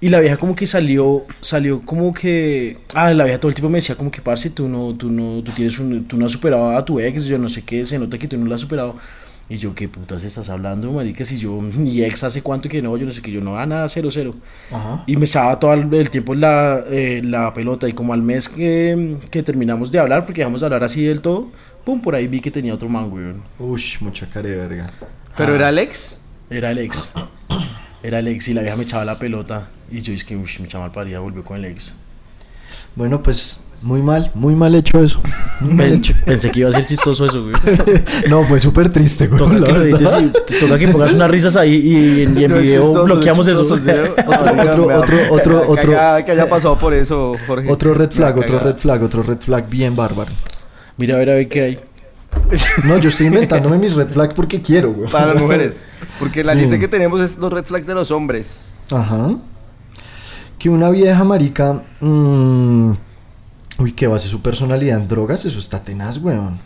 Speaker 3: Y la vieja como que salió, salió como que, ah, la vieja todo el tiempo me decía como que, parce, tú no, tú no, tú tienes un, tú no has superado a tu ex, yo no sé qué, se nota que tú no la has superado. Y yo, ¿qué putas estás hablando, marica? Si yo, mi ex hace cuánto que no, yo no sé qué, yo no, ah, nada, cero, cero.
Speaker 4: Ajá.
Speaker 3: Y me echaba todo el el tiempo la, eh, la pelota y como al mes que, que terminamos de hablar, porque dejamos de hablar así del todo, pum, por ahí vi que tenía otro man, weón.
Speaker 4: Uy, mucha cara de verga. Ah.
Speaker 2: ¿Pero era Alex?
Speaker 3: Era el ex. Era el ex y la vieja me echaba la pelota. Y yo es que "Ush, mi chaval parida volvió con el ex.
Speaker 4: Bueno, pues muy mal, muy mal hecho eso. Muy mal
Speaker 3: Pen-
Speaker 4: hecho.
Speaker 3: pensé que iba a ser chistoso eso, güey.
Speaker 4: No, fue súper triste, güey.
Speaker 3: Toca
Speaker 4: la
Speaker 3: que, lo
Speaker 4: verdad.
Speaker 3: edites y- toca que pongas unas risas ahí y, en, y en
Speaker 2: Lo
Speaker 3: video
Speaker 2: chistoso, lo
Speaker 3: bloqueamos eso.
Speaker 2: chistoso, ¿sí?
Speaker 4: Otro-
Speaker 2: me da-
Speaker 4: otro-
Speaker 2: me da
Speaker 4: otro- otro-
Speaker 2: cagada Que haya pasado por eso, Jorge.
Speaker 4: Otro red flag,
Speaker 2: Me da
Speaker 4: otro
Speaker 2: cagada.
Speaker 4: red flag, otro red flag bien bárbaro.
Speaker 3: Mira, a ver, a ver qué hay.
Speaker 4: No, yo estoy inventándome mis red flag porque quiero, güey.
Speaker 2: Para las mujeres. Porque la
Speaker 4: Sí.
Speaker 2: lista que tenemos es los red flags de los hombres.
Speaker 4: Ajá. Que una vieja marica. mm, uy, que base su personalidad en drogas, eso está tenaz, weón.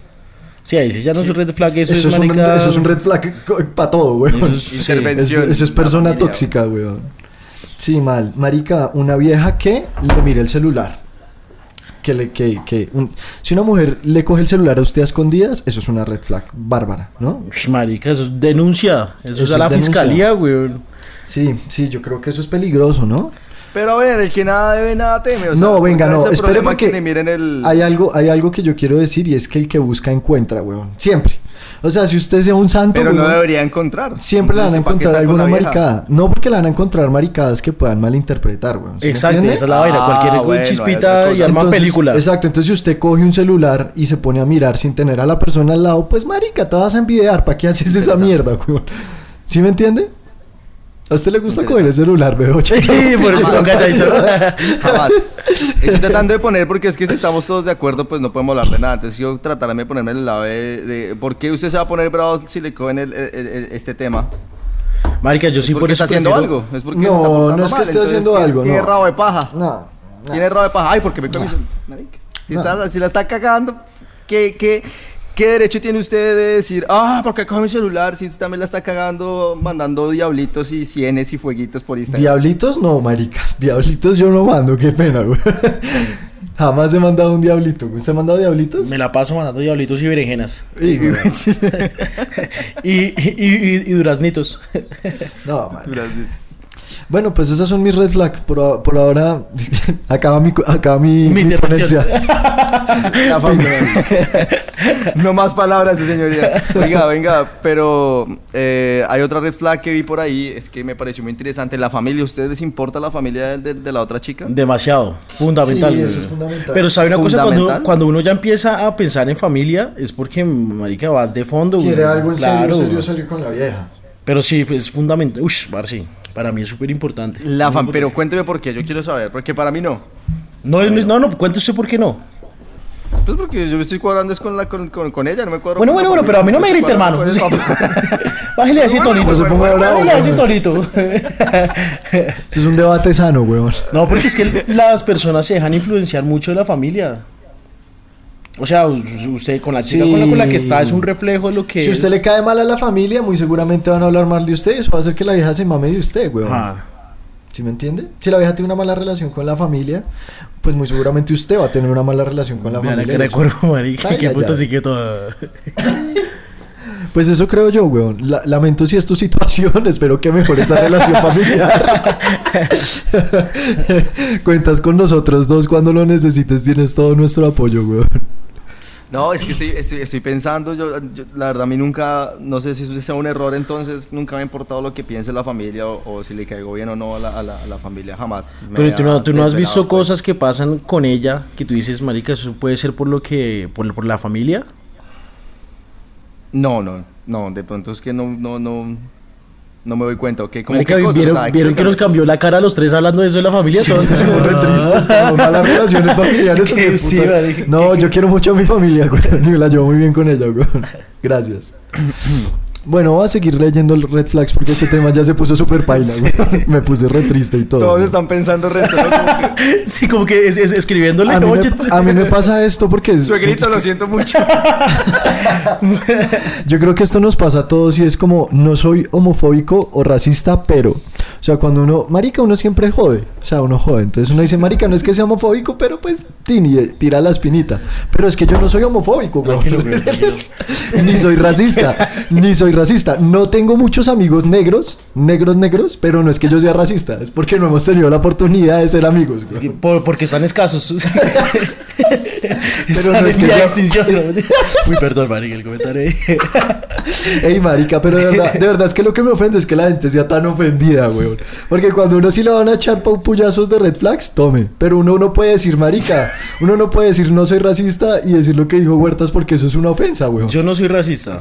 Speaker 3: Sí, ahí sí ya no es un red flag, eso, es,
Speaker 4: un,
Speaker 3: marica-
Speaker 4: eso es un red flag para todo,
Speaker 3: eso
Speaker 4: weón.
Speaker 3: es- sí.
Speaker 4: Eso,
Speaker 2: Intervención.
Speaker 4: eso es persona tóxica, weón. Sí, mal. Marica, una vieja que le mire el celular. Que le, que, que un- si una mujer le coge el celular a usted a escondidas, eso es una red flag bárbara, ¿no?
Speaker 3: Ush, marica, eso es denuncia. Eso, es
Speaker 4: Eso
Speaker 3: a la
Speaker 4: es denuncia.
Speaker 3: fiscalía, güey.
Speaker 4: Sí, sí, yo creo que eso es peligroso, ¿no?
Speaker 2: Pero a ver, el que nada debe, nada teme. o sea,
Speaker 4: no, venga,
Speaker 2: ¿cuál es
Speaker 4: no,
Speaker 2: el
Speaker 4: espere
Speaker 2: problema
Speaker 4: porque
Speaker 2: que le miren el...
Speaker 4: hay, algo, hay algo que yo quiero decir y es que el que busca encuentra, weón. Siempre. O sea, si usted sea un santo,
Speaker 2: Pero no
Speaker 4: weón,
Speaker 2: debería encontrar.
Speaker 4: siempre le van a
Speaker 2: Entonces, ¿para qué
Speaker 4: encontrar
Speaker 2: está con
Speaker 4: alguna
Speaker 2: la vieja?
Speaker 4: maricada. No porque le van a encontrar maricadas que puedan malinterpretar, weón. ¿sí me
Speaker 3: Exacto,
Speaker 4: entiende?
Speaker 3: esa es la vaina.
Speaker 2: Ah,
Speaker 3: Cualquier güey,
Speaker 2: bueno, hay otra
Speaker 3: chispita y
Speaker 2: cosa.
Speaker 3: arma
Speaker 4: Entonces,
Speaker 3: película.
Speaker 4: Exacto, entonces si usted coge un celular y se pone a mirar sin tener a la persona al lado, pues marica, te vas a envidiar, ¿para qué haces esa mierda, weón? ¿Sí me entiende? ¿A usted le gusta coger el celular, veo?
Speaker 3: Sí, por eso
Speaker 2: Jamás.
Speaker 3: toca calladito.
Speaker 2: Jamás. Estoy tratando de poner, porque es que si estamos todos de acuerdo, pues no podemos hablar de nada. Entonces yo trataré de ponerme en el lado de, de- ¿Por qué usted se va a poner bravo si le cogen el- el- el- este tema?
Speaker 3: Marica, yo sí por
Speaker 2: porque
Speaker 3: eso
Speaker 2: está haciendo
Speaker 3: prefiero-
Speaker 2: algo. Es porque se está
Speaker 4: No,
Speaker 2: portando
Speaker 4: no es que
Speaker 2: mal,
Speaker 4: esté
Speaker 2: entonces
Speaker 4: haciendo
Speaker 2: tiene-
Speaker 4: algo,
Speaker 2: Tiene
Speaker 4: no.
Speaker 2: rabo de paja.
Speaker 4: No.
Speaker 2: Tiene rabo de paja. Ay, porque me comió. Marica, Si, está- si la está cagando, ¿qué, qué, qué derecho tiene usted de decir, ah, porque coge mi celular? Si usted también la está cagando mandando diablitos y cienes y fueguitos por Instagram.
Speaker 4: Diablitos no, marica. Diablitos yo no mando, qué pena, güey. Jamás he mandado un diablito. güey. ¿Usted ha mandado diablitos?
Speaker 3: Me la paso mandando diablitos y berenjenas.
Speaker 4: Sí, güey.
Speaker 3: Y, y, y, y duraznitos.
Speaker 4: No, marica.
Speaker 2: Diablo.
Speaker 4: Bueno, pues esas son mis red flag. Por, a- por ahora acaba mi, co- acaba mi,
Speaker 3: Mi intervención.
Speaker 4: ponencia.
Speaker 2: Ya funcionó. no más palabras, sí, señoría. Venga, venga, pero eh, hay otra red flag que vi por ahí, es que me pareció muy interesante. ¿La familia? ¿Ustedes les importa la familia de, de la otra chica?
Speaker 3: Demasiado. Fundamental.
Speaker 4: Sí,
Speaker 3: güey.
Speaker 4: eso es fundamental.
Speaker 3: Pero sabe una cosa, cuando,
Speaker 2: ¿Fundamental?
Speaker 3: cuando uno ya empieza a pensar en familia, es porque, marica, vas de fondo. güey.
Speaker 4: Quiere algo en serio,
Speaker 3: Claro,
Speaker 4: en serio
Speaker 3: güey.
Speaker 4: salir con la vieja.
Speaker 3: Pero sí, es fundamental. Uy, sí. Para mí es súper importante.
Speaker 2: La fam- pero cuénteme por qué, yo quiero saber, porque para mí no.
Speaker 3: No, no, no, no, cuente usted por qué no.
Speaker 2: Pues porque yo me estoy cuadrando es con, la, con, con- con ella, no me cuadro
Speaker 3: Bueno,
Speaker 2: con
Speaker 3: bueno,
Speaker 2: la
Speaker 3: bueno, pero a mí no me
Speaker 2: familia,
Speaker 3: grite, hermano.
Speaker 2: yo estoy cuadrando con el papá.
Speaker 3: Bájele así, tonito.
Speaker 4: pues, se ponga bravo,
Speaker 3: Bájele así,
Speaker 4: güey.
Speaker 3: tonito.
Speaker 4: Eso Este es un debate sano, weón.
Speaker 3: No, porque es que las personas se dejan influenciar mucho de la familia. O sea, us- usted con la chica con, la, con la que está es un reflejo de lo que
Speaker 4: Si
Speaker 3: es.
Speaker 4: usted le cae mal a la familia, muy seguramente van a hablar mal de usted. Eso va a hacer que la vieja se mame de usted, weón.
Speaker 3: Ajá.
Speaker 4: ¿Sí me entiende? Si la vieja tiene una mala relación con la familia, pues muy seguramente usted va a tener una mala relación con la
Speaker 3: Mira la
Speaker 4: familia.
Speaker 3: cara de cuervo, marica.
Speaker 4: Ay,
Speaker 3: qué
Speaker 4: ay,
Speaker 3: puta
Speaker 4: ay.
Speaker 3: así que toda.
Speaker 4: Pues eso creo yo, weón. La- lamento si es tu situación, espero que mejore esa relación familiar. Cuentas con nosotros dos cuando lo necesites, tienes todo nuestro apoyo, weón.
Speaker 2: No, es que estoy, estoy, estoy pensando, yo, yo- la verdad a mí nunca, no sé si eso sea un error, entonces nunca me ha importado lo que piense la familia o, o si le caigo bien o no a la, a la- a la familia, jamás. Me
Speaker 3: Pero tú no,
Speaker 2: ha
Speaker 3: tú no has
Speaker 2: desvelado,
Speaker 3: visto
Speaker 2: pues.
Speaker 3: cosas que pasan con ella que tú dices, marica, eso puede ser por lo que. por, por la familia.
Speaker 2: No, no, no, de pronto es que no, no, no, No me doy cuenta, ¿ok? Como
Speaker 3: Marica,
Speaker 2: qué cosas,
Speaker 4: Ah,
Speaker 3: vieron,
Speaker 2: o sea,
Speaker 3: vieron que nos cambió la cara a los tres hablando de eso de la familia. Todos
Speaker 4: Es como re triste, estamos malas relaciones familiares.
Speaker 3: Que
Speaker 4: hijo de
Speaker 3: sí,
Speaker 4: puta.
Speaker 3: marica,
Speaker 4: no, yo quiero mucho a mi familia, güey. Me la llevo muy bien con ella, güey. Gracias. Bueno, voy a seguir leyendo el Red Flags porque este tema ya se puso súper paila, güey. Me puse re triste y todo.
Speaker 2: Todos
Speaker 4: güey.
Speaker 2: están pensando resto. ¿no? Como que,
Speaker 3: sí, como que es, es- escribiéndole.
Speaker 4: A mí,
Speaker 3: oye,
Speaker 4: me, a mí me pasa esto porque es-
Speaker 2: Suegrito, lo siento mucho.
Speaker 4: yo creo que esto nos pasa a todos y es como no soy homofóbico o racista, pero, o sea, cuando uno, marica, uno siempre jode, o sea, uno jode, entonces uno dice, marica, no es que sea homofóbico, pero pues tini, eh, tira la espinita, pero es que yo no soy homofóbico, güey.
Speaker 3: Tranquilo, güey, tranquilo.
Speaker 4: ni soy racista, ni soy racista, no tengo muchos amigos negros, negros, negros, pero no es que yo sea racista, es porque no hemos tenido la oportunidad de ser amigos, güey.
Speaker 3: Es que por- porque están escasos. Pero
Speaker 4: no es que
Speaker 3: la
Speaker 4: sea-
Speaker 3: distinción. ¿no? Uy, perdón, marica, el comentario. ahí.
Speaker 4: Ey, marica, pero de verdad, de verdad es que lo que me ofende es que la gente sea tan ofendida, weón. Porque cuando uno sí le van a echar paupuyazos de red flags, tome. Pero uno no puede decir marica. Uno no puede decir no soy racista y decir lo que dijo Huertas porque eso es una ofensa, weón.
Speaker 3: Yo no soy racista.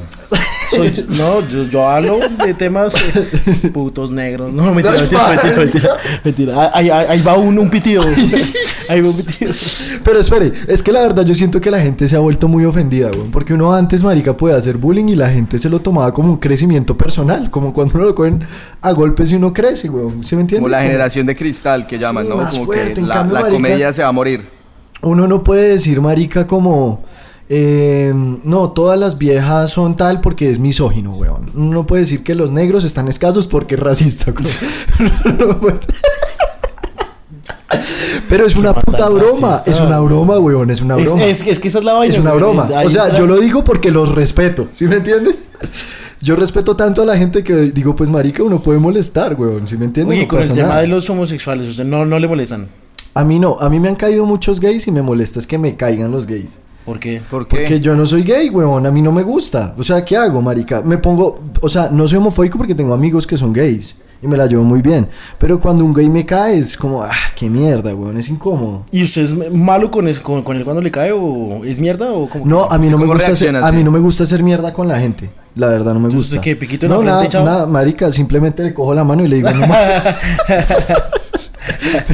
Speaker 3: Soy- no, yo, yo hablo de temas eh, putos negros. No, mentira,
Speaker 4: Ay,
Speaker 3: mentira, mentira,
Speaker 4: marica.
Speaker 3: mentira, mentira. Ah, Ahí, ahí- ahí va un, un pitido. Ahí va un pitido.
Speaker 4: Pero espere, es que la verdad yo siento que la gente se ha vuelto muy ofendida, weón. Porque uno antes, marica, puede hacer bullying y la gente se lo tomaba como un crecimiento personal. Como cuando uno lo cogen a golpes y uno crece, weón. ¿Sí me entiende?
Speaker 2: Como la generación de cristal que llaman,
Speaker 4: Sí,
Speaker 2: ¿no?
Speaker 4: más
Speaker 2: Como
Speaker 4: fuerte,
Speaker 2: que
Speaker 4: en
Speaker 2: la,
Speaker 4: cambio,
Speaker 2: la
Speaker 4: marica-
Speaker 2: comedia se va a morir.
Speaker 4: uno no puede decir marica como eh, no, todas las viejas son tal porque es misógino, weón. Uno no puede decir que los negros están escasos porque es racista. weón. Uno no puede- Pero es una
Speaker 3: mata
Speaker 4: puta
Speaker 3: al
Speaker 4: broma,
Speaker 3: racista,
Speaker 4: es una broma, weón, es una
Speaker 3: Es,
Speaker 4: broma.
Speaker 3: es, es que esa es la vaina.
Speaker 4: Es una
Speaker 3: güey.
Speaker 4: broma.
Speaker 3: Ahí
Speaker 4: O sea,
Speaker 3: entra-
Speaker 4: yo lo digo porque los respeto. ¿Sí me entiendes? Yo respeto tanto a la gente que digo, pues marica, uno puede molestar, weón. ¿Sí me entiendes?
Speaker 3: Oye,
Speaker 4: No
Speaker 3: con el
Speaker 4: pasa
Speaker 3: tema
Speaker 4: nada.
Speaker 3: de los homosexuales, usted no, no le molestan.
Speaker 4: A mí no, a mí me han caído muchos gays y me molesta es que me caigan los gays.
Speaker 3: ¿Por qué?
Speaker 2: ¿Por qué?
Speaker 4: Porque yo no soy gay, weón. A mí no me gusta. O sea, ¿qué hago, marica? Me pongo... O sea, no soy homofóbico porque tengo amigos que son gays. Y me la llevo muy bien. Pero cuando un gay me cae es como... Ah, qué mierda, weón. Es incómodo.
Speaker 3: ¿Y usted es malo con, es- con, con él cuando le cae o es mierda o como
Speaker 4: No, a mí
Speaker 2: Sí,
Speaker 4: no me
Speaker 2: ¿cómo
Speaker 4: gusta hacer,
Speaker 2: reaccionas,
Speaker 4: a mí
Speaker 2: sí?
Speaker 4: no me gusta hacer mierda con la gente. La verdad no me
Speaker 3: Entonces,
Speaker 4: gusta.
Speaker 3: ¿qué, piquito en la
Speaker 4: no,
Speaker 3: frente,
Speaker 4: nada,
Speaker 3: chao?
Speaker 4: nada, marica, simplemente le cojo la mano y le digo no más.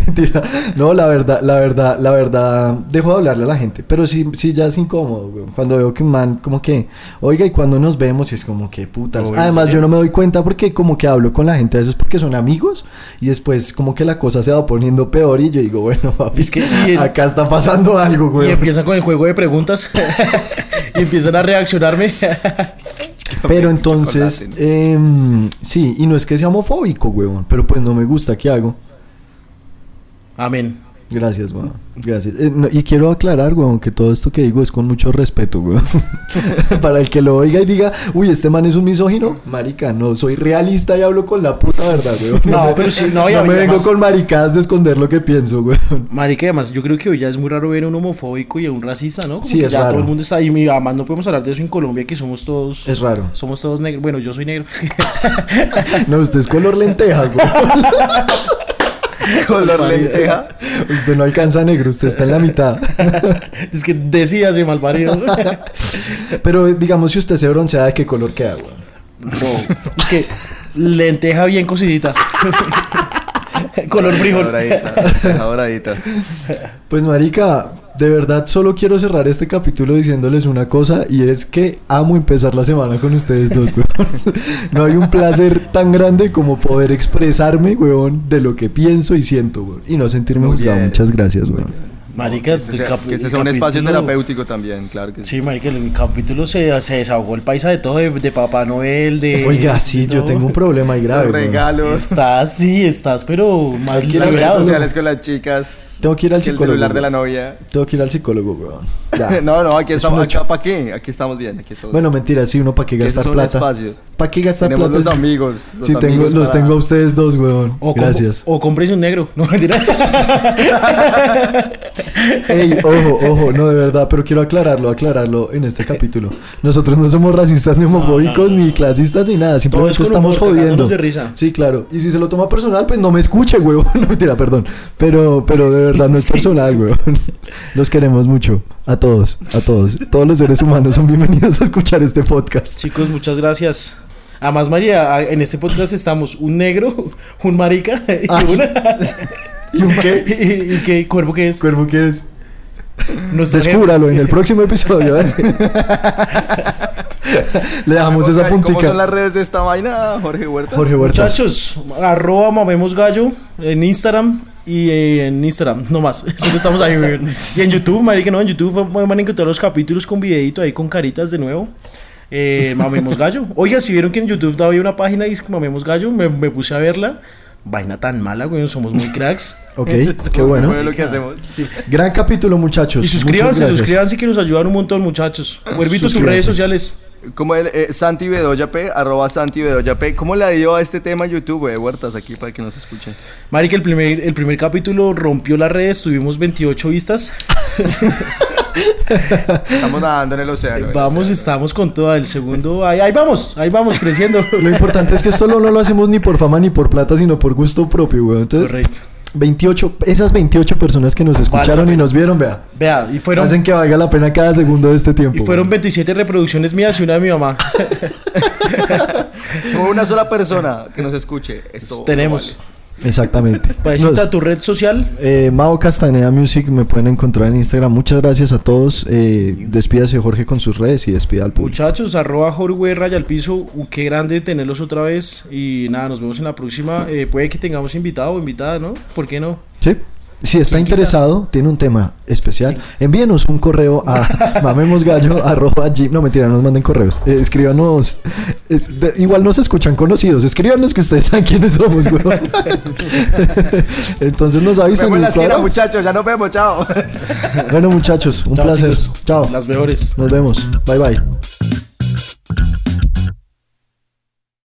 Speaker 4: Mentira. No, la verdad, la verdad, la verdad, dejo de hablarle a la gente, pero sí, sí ya es incómodo, weón. Cuando veo que un man como que, oiga, y cuando nos vemos, y es como que putas.
Speaker 3: Uy,
Speaker 4: Además,
Speaker 3: sí.
Speaker 4: yo no me doy cuenta porque como que hablo con la gente a veces porque son amigos y después como que la cosa se va poniendo peor y yo digo, bueno, papi,
Speaker 3: Es que- y el-
Speaker 4: acá está pasando algo,
Speaker 3: Y
Speaker 4: güey.
Speaker 3: empiezan con el juego de preguntas y empiezan a reaccionarme.
Speaker 4: Pero
Speaker 2: Ok,
Speaker 4: entonces,
Speaker 2: chocolate.
Speaker 4: em, sí, y no es que sea homofóbico, huevón, pero pues no me gusta, ¿qué hago?
Speaker 3: Amén.
Speaker 4: Gracias, weón. Gracias. Eh, no, y quiero aclarar, weón, que todo esto que digo es con mucho respeto, weón. Para el que lo oiga y diga, uy, este man es un misógino, marica, no, soy realista y hablo con la puta verdad, weón.
Speaker 3: No, pero sí, no, y
Speaker 4: No me vengo
Speaker 3: además-
Speaker 4: con maricadas de esconder lo que pienso, weón.
Speaker 3: Marica, además, yo creo que hoy ya es muy raro ver a un homofóbico y a un racista, ¿no? Como
Speaker 4: Sí,
Speaker 3: que
Speaker 4: es
Speaker 3: ya
Speaker 4: raro.
Speaker 3: todo el mundo está ahí. y Además, no podemos hablar de eso en Colombia, que somos todos.
Speaker 4: Es raro.
Speaker 3: Somos todos negros. Bueno, yo soy negro.
Speaker 4: No, usted es color lenteja, weón.
Speaker 2: Color lenteja.
Speaker 4: eh, Usted no alcanza negro, usted está en la mitad.
Speaker 3: es que decídase, malparido.
Speaker 4: Pero digamos, si usted se broncea, ¿de qué color queda, weón?
Speaker 3: es que lenteja bien cocidita. Color frijol.
Speaker 2: Doradita, doradita.
Speaker 4: Pues marica, de verdad solo quiero cerrar este capítulo diciéndoles una cosa y es que amo empezar la semana con ustedes dos, weón. No hay un placer tan grande como poder expresarme, weón, de lo que pienso y siento, weón. Y no sentirme
Speaker 2: Muy
Speaker 4: juzgado.
Speaker 2: bien.
Speaker 4: Muchas gracias, weón.
Speaker 3: Marica,
Speaker 2: Que
Speaker 3: el
Speaker 2: este sea,
Speaker 3: cap-
Speaker 2: que este
Speaker 3: el
Speaker 2: sea un espacio
Speaker 3: capítulo-
Speaker 2: terapéutico también, claro que sí.
Speaker 3: Sí, marica, el capítulo se, se desahogó el paisa de todo, de, de Papá Noel,
Speaker 2: Eh,
Speaker 3: de...
Speaker 4: Oiga, sí, yo
Speaker 3: no.
Speaker 4: tengo un problema ahí grave,
Speaker 2: Los
Speaker 4: weón.
Speaker 2: regalos,
Speaker 3: Estás, sí, estás, pero más
Speaker 4: Aquí
Speaker 2: las redes
Speaker 4: la liberado,
Speaker 3: liberado.
Speaker 2: sociales con las chicas.
Speaker 4: Tengo que ir al
Speaker 2: el
Speaker 4: psicólogo.
Speaker 2: celular de la
Speaker 4: weón.
Speaker 2: novia.
Speaker 4: Tengo que ir al psicólogo, weón. Ya.
Speaker 2: No, no, aquí
Speaker 4: Es
Speaker 2: estamos.
Speaker 4: un ocho.
Speaker 2: Acá, ¿Para qué? Aquí estamos bien. Aquí estamos
Speaker 4: Bueno, mentira, sí, uno para qué
Speaker 2: bien. Ese es
Speaker 4: gastar
Speaker 2: un
Speaker 4: plata.
Speaker 2: espacio.
Speaker 4: ¿Para qué gastar
Speaker 2: Tenemos los
Speaker 4: plata?
Speaker 2: amigos.
Speaker 4: Sí, tengo,
Speaker 2: amigos
Speaker 4: los
Speaker 2: para-
Speaker 4: tengo a ustedes dos, weón.
Speaker 3: O comp-
Speaker 4: Gracias.
Speaker 3: O cómprese un negro, no mentira.
Speaker 4: Ey, ojo, ojo, no, de verdad, pero quiero aclararlo, aclararlo en este capítulo. Nosotros no somos racistas, ni homofóbicos, ni clasistas, ni nada, simplemente
Speaker 3: con
Speaker 4: estamos
Speaker 3: humor,
Speaker 4: jodiendo.
Speaker 3: cagándonos de risa.
Speaker 4: Sí, claro. Y si se lo toma personal, pues no me escuche, huevón. No, mentira, perdón. Pero, pero de verdad no es personal, huevón. Los queremos mucho. A todos, a todos. Todos los seres humanos son bienvenidos a escuchar este podcast.
Speaker 3: Chicos, muchas gracias. Además, María, a- en este podcast estamos un negro, un marica y
Speaker 4: Ah.
Speaker 3: una.
Speaker 4: ¿Y un qué?
Speaker 3: ¿Y, y qué cuervo que es?
Speaker 4: ¿Cuervo qué es?
Speaker 3: Nuestro jefe.
Speaker 4: Descúbralo en el próximo episodio. ¿eh? Le dejamos esa
Speaker 2: ¿Cómo son las
Speaker 4: puntica.
Speaker 2: redes de esta vaina, Jorge Huerta?
Speaker 4: Jorge Huertas.
Speaker 3: Muchachos, arroba mamemos gallo en Instagram y eh, en Instagram, no más. Solo estamos ahí, weón. Y en YouTube, marica, no, en YouTube van a encontrar los capítulos con videito ahí con caritas de nuevo. Eh, mamemos gallo. Oiga, si vieron que en YouTube había una página y dice que mamemos gallo, me, me puse a verla. Vaina tan mala, weón, somos muy cracks.
Speaker 4: Ok,
Speaker 2: Eso
Speaker 4: qué
Speaker 2: es
Speaker 4: bueno.
Speaker 2: lo que hacemos.
Speaker 4: Gran capítulo, muchachos.
Speaker 3: Y
Speaker 4: Muchas
Speaker 3: suscríbanse,
Speaker 4: gracias.
Speaker 3: suscríbanse que nos ayudan un montón, muchachos. Huervito, tus
Speaker 4: Suscríbanse.
Speaker 3: redes sociales.
Speaker 2: Como el eh, Santi Bedoya P, arroba Santi Bedoya P. ¿Cómo le dio a este tema YouTube, eh, Huertas, aquí para que nos escuchen?
Speaker 3: Marica, el primer, el primer capítulo rompió las redes, tuvimos 28 vistas.
Speaker 2: Estamos nadando en el océano. en el
Speaker 3: Vamos,
Speaker 2: océano.
Speaker 3: estamos con toda el segundo. Ahí, ahí vamos, ahí vamos creciendo.
Speaker 4: Lo importante es que esto no, no lo hacemos ni por fama ni por plata, sino por gusto propio, güey. Entonces,
Speaker 3: Correcto.
Speaker 4: 28, esas 28 personas que nos escucharon
Speaker 3: la
Speaker 4: y
Speaker 3: pena.
Speaker 4: nos vieron, vea.
Speaker 3: Vea, y fueron,
Speaker 4: hacen que valga la pena cada segundo de este tiempo.
Speaker 3: y fueron
Speaker 4: güey.
Speaker 3: 27 reproducciones mías y una de mi mamá.
Speaker 2: Con una sola persona que nos escuche. Esto no
Speaker 3: Tenemos.
Speaker 2: vale.
Speaker 4: Exactamente.
Speaker 3: Paisita,
Speaker 4: Nos-
Speaker 3: Pues, tu red social.
Speaker 4: eh, Mao Castaneda Music me pueden encontrar en Instagram. Muchas gracias a todos. Eh, despídase Jorge con sus redes y despida al público.
Speaker 3: Muchachos, arroba Jorge Raya al piso. Uh, qué grande tenerlos otra vez. Y nada, nos vemos en la próxima. Eh, puede que tengamos invitado o invitada, ¿no? ¿Por qué no?
Speaker 4: Sí. Si está interesado, tiene un tema especial, envíenos un correo a mamemosgallo.gmail. No, mentira, no nos manden correos. Eh, escríbanos. es- de- igual nos escuchan conocidos. Escríbanos que ustedes saben quiénes somos, güey. Entonces nos
Speaker 2: Nos
Speaker 4: avisan.
Speaker 2: vemos en la esquina,
Speaker 4: ¿claro?
Speaker 2: muchachos. Ya nos vemos, chao.
Speaker 4: Bueno, muchachos, un
Speaker 3: Chao,
Speaker 4: placer.
Speaker 3: chicos.
Speaker 4: Chao.
Speaker 3: Las mejores.
Speaker 4: Nos vemos. Bye, bye.